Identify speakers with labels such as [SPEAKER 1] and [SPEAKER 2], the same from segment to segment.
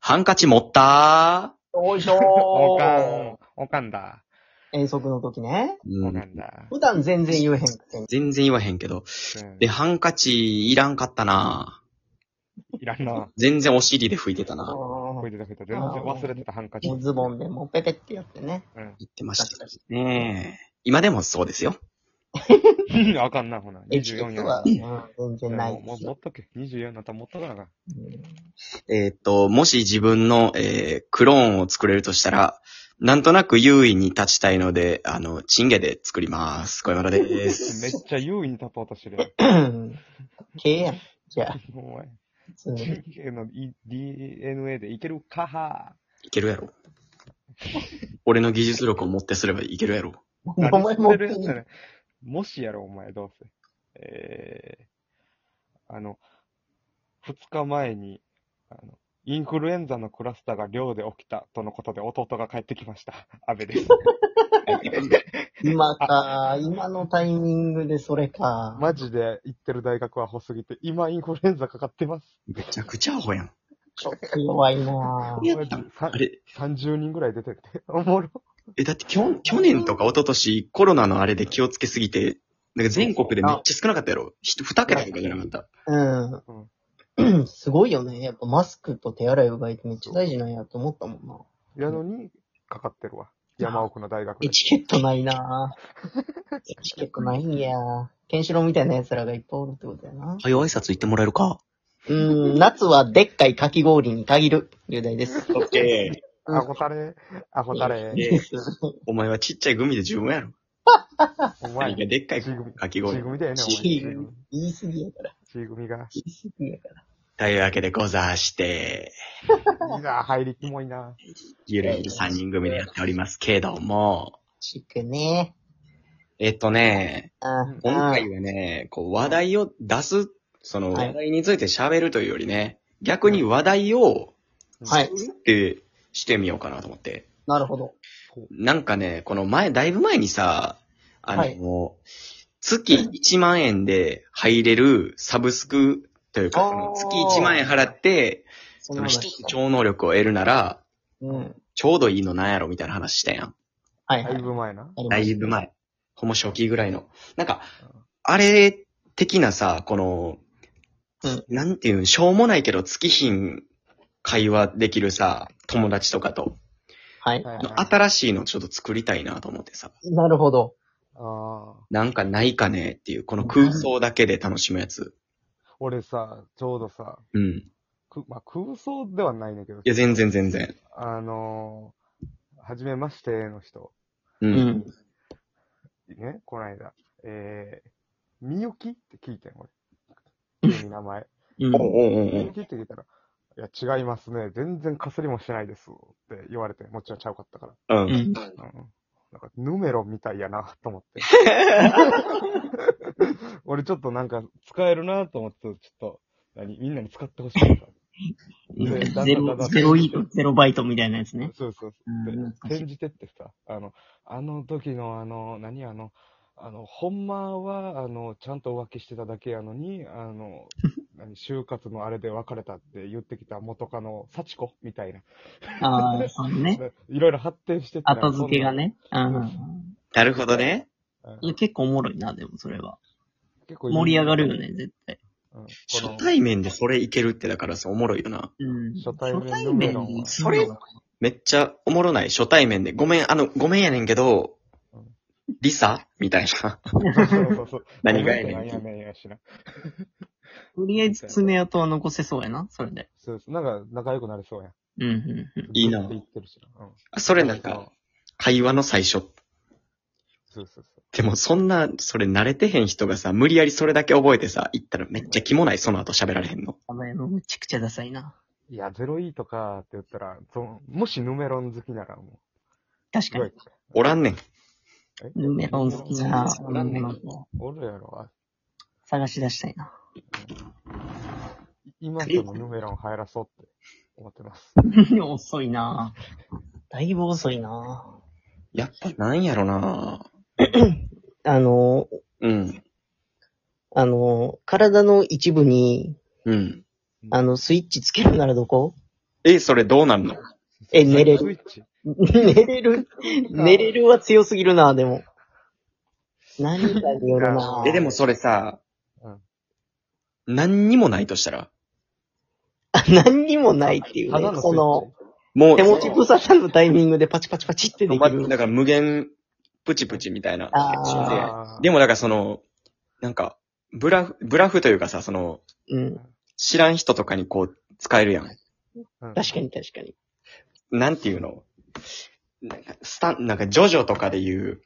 [SPEAKER 1] ハンカチ持った
[SPEAKER 2] よいし
[SPEAKER 3] おか
[SPEAKER 2] ょ
[SPEAKER 3] ん、おかんだ。
[SPEAKER 2] ー遠足の時ね。
[SPEAKER 1] ーう
[SPEAKER 3] おか
[SPEAKER 1] ん。
[SPEAKER 3] んだ。
[SPEAKER 2] 普段全然言えへんくせに。
[SPEAKER 1] 全然言わへんけど。
[SPEAKER 3] うん
[SPEAKER 1] で、ハンカチいらんかったない
[SPEAKER 3] らんな。
[SPEAKER 1] 全然お尻で拭いてた
[SPEAKER 2] あ
[SPEAKER 1] な
[SPEAKER 3] こ
[SPEAKER 2] ー
[SPEAKER 3] いつだけど、全然忘れてたハンカチ。
[SPEAKER 2] もうズボンでもうペペってやってね。
[SPEAKER 1] 言ってましたけどね。今でもそうですよ。
[SPEAKER 3] うん。あかんな、ほな。
[SPEAKER 2] エチケ
[SPEAKER 3] 24
[SPEAKER 2] ッ
[SPEAKER 3] や
[SPEAKER 2] トは
[SPEAKER 3] な。
[SPEAKER 2] うん全然ない
[SPEAKER 3] もうも
[SPEAKER 2] で
[SPEAKER 3] う
[SPEAKER 2] す
[SPEAKER 3] 持
[SPEAKER 2] よ。
[SPEAKER 3] っとけ。24になったら持っとかなあかん。
[SPEAKER 2] うん
[SPEAKER 1] えーっと、もし自分の、えークローンを作れるとしたら、なんとなく優位に立ちたいので、あの、チンゲで作ります。小山田で す。
[SPEAKER 3] めっちゃ優位に立とうとしてるやん。
[SPEAKER 2] 経営やん。じゃあ、
[SPEAKER 3] お前、
[SPEAKER 2] 普通に。
[SPEAKER 3] 中継の E- DNA でいけるかはい
[SPEAKER 1] けるやろ。俺の技術力を持ってすればいけるやろ。
[SPEAKER 2] お前も
[SPEAKER 3] 何
[SPEAKER 2] う
[SPEAKER 3] してる
[SPEAKER 2] いい
[SPEAKER 3] それもしやろ、お前、どうせ。えー、あの、二日前に、あの、インフルエンザのクラスターが寮で起きたとのことで弟が帰ってきました。安倍です。
[SPEAKER 2] 今か、今のタイミングでそれか。
[SPEAKER 3] マジで行ってる大学はアホすぎて、今インフルエンザかかってます。
[SPEAKER 1] めちゃくちゃアホやん。
[SPEAKER 2] ちょっと弱いなぁ。
[SPEAKER 1] や
[SPEAKER 3] マジさ
[SPEAKER 1] あれ、
[SPEAKER 3] 30人ぐらい出てて、おもろ。
[SPEAKER 1] え、だってきょ、去年とか一昨年コロナのあれで気をつけすぎて、なんか全国でめっちゃ少なかったやろ。ひと二桁とかじゃなかった。
[SPEAKER 2] うん。 すごいよね。やっぱマスクと手洗いうがいってめっちゃ大事なんやと思ったもんな。
[SPEAKER 3] やのに、かかってるわ。山奥の大学で
[SPEAKER 2] エ。チケットないなぁ。エチケットないんや。ケンシロウみたいな奴らがいっぱいおるってことやな。
[SPEAKER 1] 早い挨拶言ってもらえるか
[SPEAKER 2] うーん、夏はでっかいかき氷に限る。雄大です。
[SPEAKER 1] オッケー。
[SPEAKER 3] アホタレ、アホタレ。
[SPEAKER 1] えお前はちっちゃいグミで十分やろ。
[SPEAKER 3] お前、
[SPEAKER 1] 何がでっかい
[SPEAKER 3] ちぐみ
[SPEAKER 1] かき
[SPEAKER 3] ち
[SPEAKER 1] 氷
[SPEAKER 3] ぐ。みだよね、お前。
[SPEAKER 2] 言い過ぎやから。
[SPEAKER 3] ちぐみが。
[SPEAKER 2] 言い過ぎやから。
[SPEAKER 1] というわけでござして、
[SPEAKER 3] いいな、入りきもいな。
[SPEAKER 1] ゆるゆる三人組でやっておりますけども、
[SPEAKER 2] しくね
[SPEAKER 1] えっとね、
[SPEAKER 2] あ
[SPEAKER 3] うん
[SPEAKER 1] 今回はね、こう話題を出す、その
[SPEAKER 2] はい
[SPEAKER 1] 話題について喋るというよりね、逆に話題を、
[SPEAKER 2] はい。
[SPEAKER 1] って、してみようかなと思って。
[SPEAKER 2] なるほど。
[SPEAKER 1] なんかね、この前、だいぶ前にさ、あの、
[SPEAKER 2] はい
[SPEAKER 1] 月1万円で入れるサブスクというか、
[SPEAKER 2] あー
[SPEAKER 1] その月1万円払って、そ
[SPEAKER 2] そんな
[SPEAKER 1] の
[SPEAKER 2] 話
[SPEAKER 1] 一つ超能力を得るなら、
[SPEAKER 2] うん。
[SPEAKER 1] ちょうどいいのなんやろみたいな話したやん。
[SPEAKER 2] はい
[SPEAKER 3] だ
[SPEAKER 2] はいい。
[SPEAKER 3] ぶ前な。
[SPEAKER 1] だいぶ前。ほんま初期ぐらいの。なんか、あれ的なさ、この、
[SPEAKER 2] うん
[SPEAKER 1] なんていうん、しょうもないけど月品会話できるさ、友達とかと、
[SPEAKER 2] はい。
[SPEAKER 3] はい
[SPEAKER 1] の新しいのちょっと作りたいなと思ってさ。
[SPEAKER 2] なるほど。
[SPEAKER 3] ああ。
[SPEAKER 1] なんかないかねっていう、この空想だけで楽しむやつ。
[SPEAKER 3] 俺さ、ちょうどさ、
[SPEAKER 1] うん。い
[SPEAKER 3] くまあ、空想ではないねんだけど、
[SPEAKER 1] や、全然全然。
[SPEAKER 3] あのー、はじめましての人、
[SPEAKER 1] う。
[SPEAKER 2] うんん。
[SPEAKER 3] ね、こないだ、えー、みゆきって聞いてん、俺。急に名前。
[SPEAKER 2] うん
[SPEAKER 1] おうおうお
[SPEAKER 3] み
[SPEAKER 1] う
[SPEAKER 3] ゆきって聞いたら、いや、違いますね。全然かすりもしないです。って言われて、もちろんちゃうかったから。
[SPEAKER 1] おう。
[SPEAKER 2] う
[SPEAKER 1] うん。
[SPEAKER 2] ん。
[SPEAKER 3] うんなんか、ヌメロみたいやな、と思って。俺ちょっとなんか、使えるなと思って、ちょっと、何みんなに使ってほしいから。うん
[SPEAKER 2] ゼロ、ゼロイゼロバイトみたいなやつね。
[SPEAKER 3] そうそう
[SPEAKER 2] うん
[SPEAKER 3] そう。
[SPEAKER 2] 懐か
[SPEAKER 3] で、
[SPEAKER 2] しい
[SPEAKER 3] 転じてってさ、あの、あの時のあの、何あの、あの、ほんまは、あの、ちゃんと浮気してただけやのに、あの、何、就活のあれで別れたって言ってきた元カノ、幸子みたいな。
[SPEAKER 2] ああ、そうね。
[SPEAKER 3] いろいろ発展してったら
[SPEAKER 2] 後付けが。ね。うん。
[SPEAKER 1] なるほどね。
[SPEAKER 3] こんな
[SPEAKER 2] それ
[SPEAKER 3] うん
[SPEAKER 2] 結構おもろいな、でもそれは。
[SPEAKER 3] 結構いい
[SPEAKER 2] 盛り上がるよ。ね、絶対。
[SPEAKER 3] うんこの
[SPEAKER 1] 初対面でそれいけるってだからさ、おもろいよな。
[SPEAKER 2] うん。
[SPEAKER 3] 初対面
[SPEAKER 2] 初対面
[SPEAKER 3] の
[SPEAKER 1] それめっちゃおもろない。初対面で。ごめん、あの、ごめんやねんけど
[SPEAKER 3] うん、
[SPEAKER 1] リサみたい な。
[SPEAKER 3] そうそうそう。
[SPEAKER 1] 何がやねん
[SPEAKER 3] 何やねんやしな。
[SPEAKER 2] とりあえず爪痕は残せそうやな、それで。
[SPEAKER 3] そうそう。なんか仲良くなれそうやん。
[SPEAKER 2] うん、うん、うん。
[SPEAKER 1] いいな
[SPEAKER 3] ずっと言ってるしな。うん。
[SPEAKER 1] それなんか、。会話の最初。
[SPEAKER 3] そうそうそ
[SPEAKER 1] でもそんな、それ慣れてへん人がさ、無理やりそれだけ覚えてさ、行ったらめっちゃキモない、その後喋られへんの。
[SPEAKER 2] あの、めちゃくちゃダサいな。
[SPEAKER 3] う。いや、ゼロイーとかって言ったら、そのもしヌメロン好きならも
[SPEAKER 2] 確
[SPEAKER 3] う、
[SPEAKER 2] かに。
[SPEAKER 1] おらんねん。
[SPEAKER 2] ヌメロン好きな
[SPEAKER 1] そう
[SPEAKER 2] 女の子を
[SPEAKER 3] おるやろ。あ
[SPEAKER 2] 探し出したい な。
[SPEAKER 3] 今でもヌメロン入らそうって思ってます。
[SPEAKER 2] 遅いなだいぶ遅いな
[SPEAKER 1] やっぱなんやろな
[SPEAKER 2] あの、
[SPEAKER 1] うん。
[SPEAKER 2] あの、体の一部に、
[SPEAKER 1] うん。
[SPEAKER 2] あの、スイッチつけるならどこ
[SPEAKER 1] え、それどうなんの
[SPEAKER 2] え寝れる
[SPEAKER 3] スイッチ。
[SPEAKER 2] 寝れる寝れるは強すぎるな、でも。何かによるな。
[SPEAKER 1] え、でもそれさ、
[SPEAKER 3] うん
[SPEAKER 1] 何にもないとしたら、
[SPEAKER 2] 何にもないっていう、
[SPEAKER 3] ただ
[SPEAKER 2] ね。
[SPEAKER 3] のスイ
[SPEAKER 2] その
[SPEAKER 3] ッ、
[SPEAKER 1] もう、
[SPEAKER 2] 手持ちぶささんのタイミングでパチパチパチってでき
[SPEAKER 1] まだ
[SPEAKER 2] る。
[SPEAKER 1] から無限プチプチみたいな
[SPEAKER 3] チ。
[SPEAKER 2] あー
[SPEAKER 3] あー
[SPEAKER 1] でもだからその、なんか、ブラフ、ブラフというかさ、その、
[SPEAKER 2] うん。
[SPEAKER 1] 知らん人とかにこう、使えるやん。
[SPEAKER 3] うん
[SPEAKER 2] 確かに確かに。
[SPEAKER 1] なんていうのなんか、スタン、なんか、ジョジョとかで言う、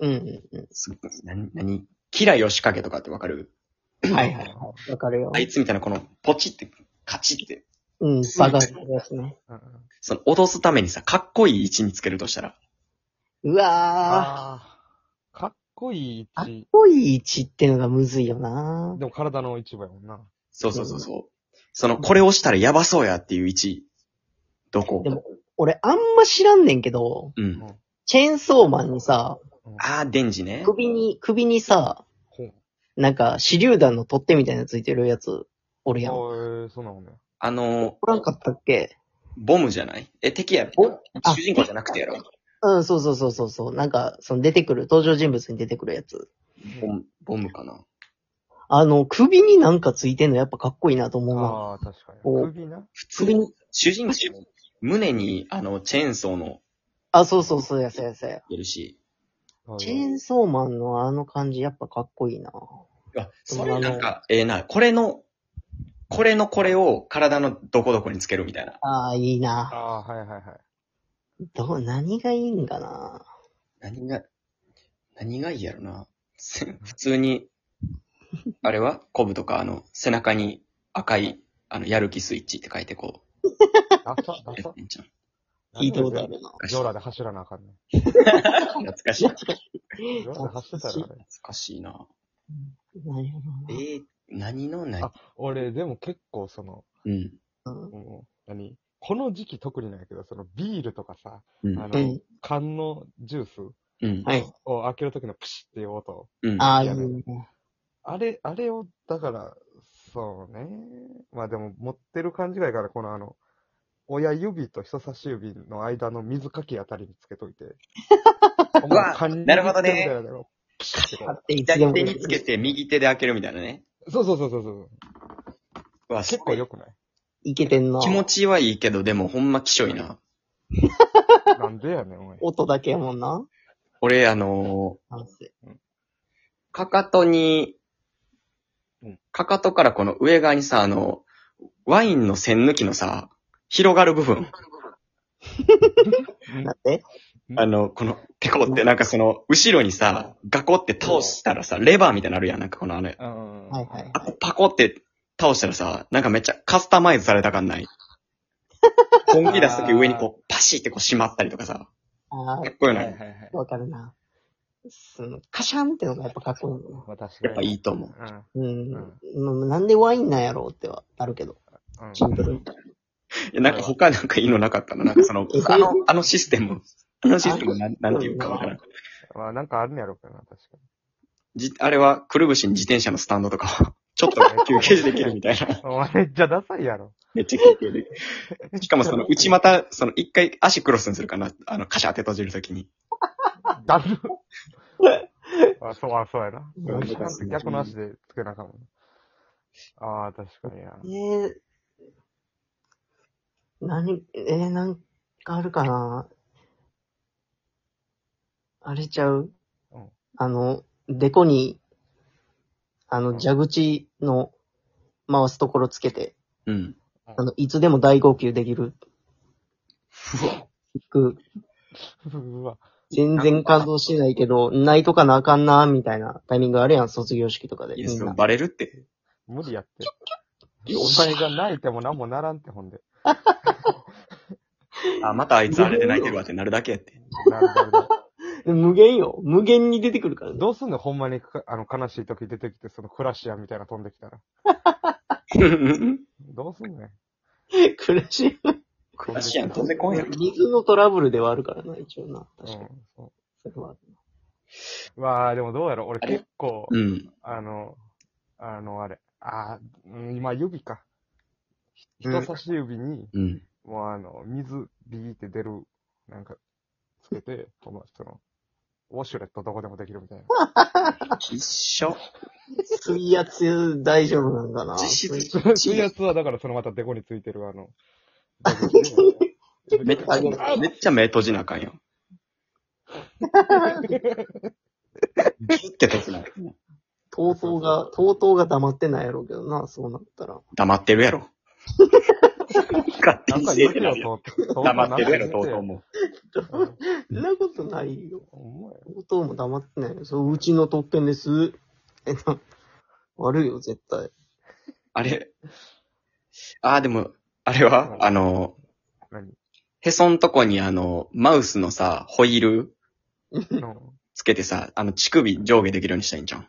[SPEAKER 2] うんうん
[SPEAKER 1] す何、何、キラヨシカゲとかってわかる
[SPEAKER 2] うん。はいはい はい。わかるよ
[SPEAKER 1] あ。いつみたいなこの、ポチって、カチって、
[SPEAKER 2] うん、バカするやつね。
[SPEAKER 3] うんうん
[SPEAKER 1] その、脅すためにさ、かっこいい位置につけるとしたら、
[SPEAKER 2] うわー。
[SPEAKER 3] あー。かっこいい位
[SPEAKER 2] かっ
[SPEAKER 3] 置。
[SPEAKER 2] こいい位置ってのがむずいよな。
[SPEAKER 3] でも体の一部やもんな。
[SPEAKER 1] そうそうそうそう。その、これをしたらやばそうやっていう位置、どこ
[SPEAKER 2] でも俺あんま知らんねんけど、
[SPEAKER 1] うん。
[SPEAKER 2] チェーンソーマンにさ、
[SPEAKER 1] あー、デンジね。
[SPEAKER 2] 首に、首にさ、
[SPEAKER 3] ほう。
[SPEAKER 2] なんか、手榴弾の取っ手みたいなのついてるやつ、おる
[SPEAKER 3] え
[SPEAKER 2] やん。お
[SPEAKER 3] ー、そうなのね。
[SPEAKER 1] あの、
[SPEAKER 2] らんかったっけ
[SPEAKER 1] ボムじゃないえ、敵や
[SPEAKER 2] ボあ
[SPEAKER 1] 主人公じゃなくてやろ。
[SPEAKER 2] うん、そうそうそうそうそう。なんか、その出てくる、登場人物に出てくるやつ。
[SPEAKER 1] ボム、ボムかな。
[SPEAKER 2] あの、首になんかついてんのやっぱかっこいいなと思うな。
[SPEAKER 3] ああ、確かに。
[SPEAKER 2] お
[SPEAKER 3] 首な。
[SPEAKER 1] 普通
[SPEAKER 2] 首に、
[SPEAKER 1] 主人公、胸に、あの、チェーンソーの、
[SPEAKER 2] あ、そうそうそうや、そうや、そうや。
[SPEAKER 1] いるし。
[SPEAKER 2] チェーンソーマンのあの感じやっぱかっこいいな。
[SPEAKER 1] あ、それなんか、ええな、これの、これのこれを体のどこどこにつけるみたいな。
[SPEAKER 2] ああ、いいな。
[SPEAKER 3] ああー、はいはいはい。
[SPEAKER 2] どう、何がいいんかな。
[SPEAKER 1] 何が、何がいいやろな。せ 普通に、あれはコブとか、あの、背中に赤い、あの、やる気スイッチって書いてこ
[SPEAKER 3] ダサ、ダ
[SPEAKER 1] う、や
[SPEAKER 3] サ
[SPEAKER 1] っ。てんじゃん。
[SPEAKER 2] 聞いたことあるな。
[SPEAKER 3] ジョーラで走らなあかんね。
[SPEAKER 1] 懐かしい。懐
[SPEAKER 3] ジョーラで走ってたらあれ。
[SPEAKER 1] かしいな。
[SPEAKER 2] なるほ
[SPEAKER 1] えー、何の何
[SPEAKER 3] あ俺、でも結構その、
[SPEAKER 1] うん。
[SPEAKER 2] どな。
[SPEAKER 3] もう何この時期特になんやけど、そのビールとかさ、
[SPEAKER 1] う
[SPEAKER 3] あ
[SPEAKER 1] ん。
[SPEAKER 2] う
[SPEAKER 3] の
[SPEAKER 2] ん、
[SPEAKER 3] 缶のジュース
[SPEAKER 1] うん。
[SPEAKER 2] はい。
[SPEAKER 3] を開けるときのプシッっていう音。
[SPEAKER 1] うん。
[SPEAKER 2] ああ、いい
[SPEAKER 3] やね
[SPEAKER 2] ね。
[SPEAKER 3] あれ、あれを、だから、そうね。まあでも、持ってる感じがやから、このあの、親指と人差し指の間の水かきあたりにつけと いて。お前缶に
[SPEAKER 1] なるほどね
[SPEAKER 3] 入れてみたいなのをプシッてこ
[SPEAKER 2] 買っていつで
[SPEAKER 1] 左
[SPEAKER 2] も
[SPEAKER 1] 手につけて右手で開けるみたいなね。
[SPEAKER 3] うそうそうそうそうそう。
[SPEAKER 1] うわ、
[SPEAKER 3] 結構良くない
[SPEAKER 2] いけてんな。
[SPEAKER 1] 気持ちはいいけど、でもほんまきしょいな。
[SPEAKER 3] なんでやねん、お前。
[SPEAKER 2] 音だけやもんな。
[SPEAKER 1] 俺、あの
[SPEAKER 2] なんせ
[SPEAKER 1] ー、かかとに
[SPEAKER 3] うん、
[SPEAKER 1] かかとからこの上側にさ、あの、ワインの栓抜きのさ、広がる部分。
[SPEAKER 2] なんで
[SPEAKER 1] あの、この、ペコってなんかその、後ろにさ、ガコって倒したらさ、レバーみたいになるやん。なんかこのあれ。
[SPEAKER 3] うん。
[SPEAKER 2] はいはい。
[SPEAKER 1] あパコって倒したらさ、なんかめっちゃカスタマイズされた感ない。 本気出すとき上にこう、パシってこう閉まったりとかさ。
[SPEAKER 2] あ
[SPEAKER 1] かっこよな
[SPEAKER 3] は
[SPEAKER 1] い
[SPEAKER 3] はい
[SPEAKER 1] い。
[SPEAKER 3] はい
[SPEAKER 2] あ、。わかるな。その、カシャンってのがやっぱかっこいいな。
[SPEAKER 3] まあ確かに。
[SPEAKER 1] やっぱいいと思う。
[SPEAKER 3] う
[SPEAKER 2] う
[SPEAKER 3] ん。
[SPEAKER 2] ん。うん、なんでワインなんやろうってはあるけど。
[SPEAKER 3] うん。
[SPEAKER 2] シンプル。
[SPEAKER 1] いやなんか他なんかいいのなかったのなんかその
[SPEAKER 2] え、
[SPEAKER 1] あの、あのシステム。あのシステムなん、なんていうかわからん。
[SPEAKER 3] まあなんかあるんやろうけどな、確か
[SPEAKER 1] じ、あれは、くるぶしに自転車のスタンドとか、 ちょっと休憩できるみたい な。
[SPEAKER 3] に。お前めっちゃダサいやろ。
[SPEAKER 1] めっちゃ休憩できる。しかもその、内股、その、一回足クロスにするかな。あの、カシャって閉じるときに。
[SPEAKER 3] だる。 あ、そう、あ、そうやな。
[SPEAKER 2] うん
[SPEAKER 3] 逆の足でつけなあかんもん。ああ、確かにな
[SPEAKER 2] え。ー、何、えー、なんかあるかなあれちゃう、
[SPEAKER 3] うん
[SPEAKER 2] あの、デコに、あ
[SPEAKER 3] うん
[SPEAKER 2] の、蛇口の回すところつけて、
[SPEAKER 1] うん。
[SPEAKER 2] あの、いつでも大号泣できる。服
[SPEAKER 3] うわ。
[SPEAKER 2] 全然感動してないけど、泣いとかなあかんな、みたいなタイミングあるやん、卒業式とかで。
[SPEAKER 1] いや、
[SPEAKER 2] みん
[SPEAKER 1] その
[SPEAKER 2] な。
[SPEAKER 1] バレるって。
[SPEAKER 3] 無理やって。お前が泣いても何もならんって、ほんで。
[SPEAKER 1] あ、またあいつあれで泣いてるわってなるだけや って。
[SPEAKER 3] なるなるなる
[SPEAKER 2] 無限よ。無限に出てくるからね。
[SPEAKER 3] どうすんのほんまにか、あの、悲しい時出てきて、そのクラシアみたいなの飛んできたら。どうすんねん。
[SPEAKER 2] 苦しい。
[SPEAKER 3] ク
[SPEAKER 1] ラシアン飛んでこんやろ
[SPEAKER 2] 水のトラブルではあるからな、一応な。
[SPEAKER 3] う
[SPEAKER 2] 確かに。
[SPEAKER 3] ん、そ
[SPEAKER 2] それは。
[SPEAKER 3] う。わあ、でもどうやろ俺
[SPEAKER 1] あれ
[SPEAKER 3] 結構、
[SPEAKER 1] うん。
[SPEAKER 3] あの、あの、あれ、あーうん今指か。
[SPEAKER 1] うん
[SPEAKER 3] 人差し指に
[SPEAKER 1] うん。
[SPEAKER 3] もうあの、水ビーって出る、なんか、つけて、その人の、ウォシュレットどこでもできるみたいな。
[SPEAKER 1] 一緒。
[SPEAKER 2] 水圧大丈夫なんかな。
[SPEAKER 1] 実質
[SPEAKER 3] そういうやつは、だからそのまたデコについてるあの、
[SPEAKER 1] めっちゃ、めっちゃ目閉じなあかん よ。ギュって閉じなあかんよ。
[SPEAKER 2] とうとうが、とうとうが黙ってないやろうけどな、そうなったら。
[SPEAKER 1] 黙ってるや ろ。勝手
[SPEAKER 3] なん
[SPEAKER 1] に
[SPEAKER 3] か
[SPEAKER 1] せえ
[SPEAKER 3] 言
[SPEAKER 1] へ
[SPEAKER 3] うん
[SPEAKER 1] や
[SPEAKER 3] よ
[SPEAKER 1] ろ、
[SPEAKER 3] とうとう
[SPEAKER 1] 黙ってるやろ、とうとう。も。
[SPEAKER 2] そんなことないよ。
[SPEAKER 3] お前、
[SPEAKER 2] とうとうも黙ってないよ。そう、うちの特権です。えな、悪いよ、絶 対。
[SPEAKER 1] あれ、ああ、でも、あれは、あの、
[SPEAKER 3] 何
[SPEAKER 1] へそんとこにあの、マウスのさ、ホイール
[SPEAKER 3] の
[SPEAKER 1] つけてさ、あの、乳首上下できるようにしたいんじゃん。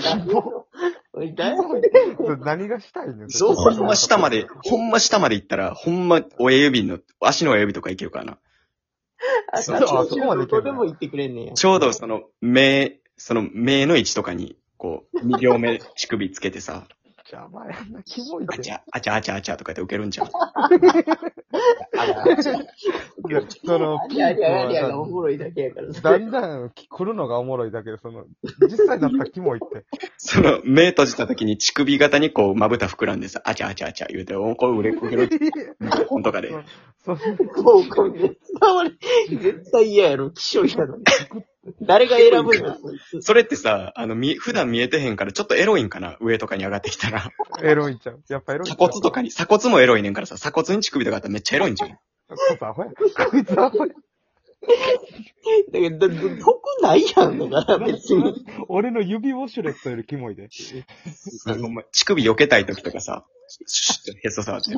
[SPEAKER 2] やめろ。おい、だよ。
[SPEAKER 3] それ何がしたいね ん
[SPEAKER 1] そう、ほ
[SPEAKER 3] それ
[SPEAKER 1] んま下まで、ほんま下まで行ったら、ほんま親指の、足の親指とかいけるからな。
[SPEAKER 2] あ、
[SPEAKER 1] そ
[SPEAKER 2] そうう、
[SPEAKER 3] あそこまでいけ
[SPEAKER 2] どこ
[SPEAKER 3] る
[SPEAKER 2] でも言ってくれんねんや。
[SPEAKER 1] ちょうどその、目、その目の位置とかに、こう、2両目乳首つけてさ、
[SPEAKER 3] 邪魔やんな、キモい
[SPEAKER 1] あ
[SPEAKER 3] て。
[SPEAKER 1] ちゃ、あちゃあちゃあちゃとかって受けるんじゃん。
[SPEAKER 3] いやその、
[SPEAKER 2] い
[SPEAKER 3] ピ
[SPEAKER 2] やい
[SPEAKER 3] ーク
[SPEAKER 2] やいや、お
[SPEAKER 3] は
[SPEAKER 2] もろいだけやからさ。
[SPEAKER 3] だんだん来るのがおもろいだけで、その、実際だったらキモいって。
[SPEAKER 1] その、目閉じた時に乳首型にこう、まぶた膨らんでさ、あちゃあちゃあちゃ言うて、 おこれ売れっ子ける。本とかで。
[SPEAKER 3] そう、
[SPEAKER 2] こう、こう、伝われ。絶対嫌やろ。気象や ろ。誰が選ぶんだ、こいつ。
[SPEAKER 1] それってさ、あの、み、普段見えてへんから、ちょっとエロいんかな上とかに上がってきたら。
[SPEAKER 3] エロいんちゃう。やっぱエロいんちゃ
[SPEAKER 1] 鎖
[SPEAKER 3] う。
[SPEAKER 1] 骨とかに、鎖骨もエロいねんからさ、鎖骨に乳首とかあったらめっちゃエロいんじゃん。
[SPEAKER 3] こいつアホや。こいつアホ
[SPEAKER 2] だ
[SPEAKER 3] や。
[SPEAKER 2] けど、だ得ないやんのかな、別に。
[SPEAKER 3] 俺の指ウォシュレットよりキモいで。
[SPEAKER 1] ほんま乳首避けたい時とかさ、シュッシュッとへそ触って。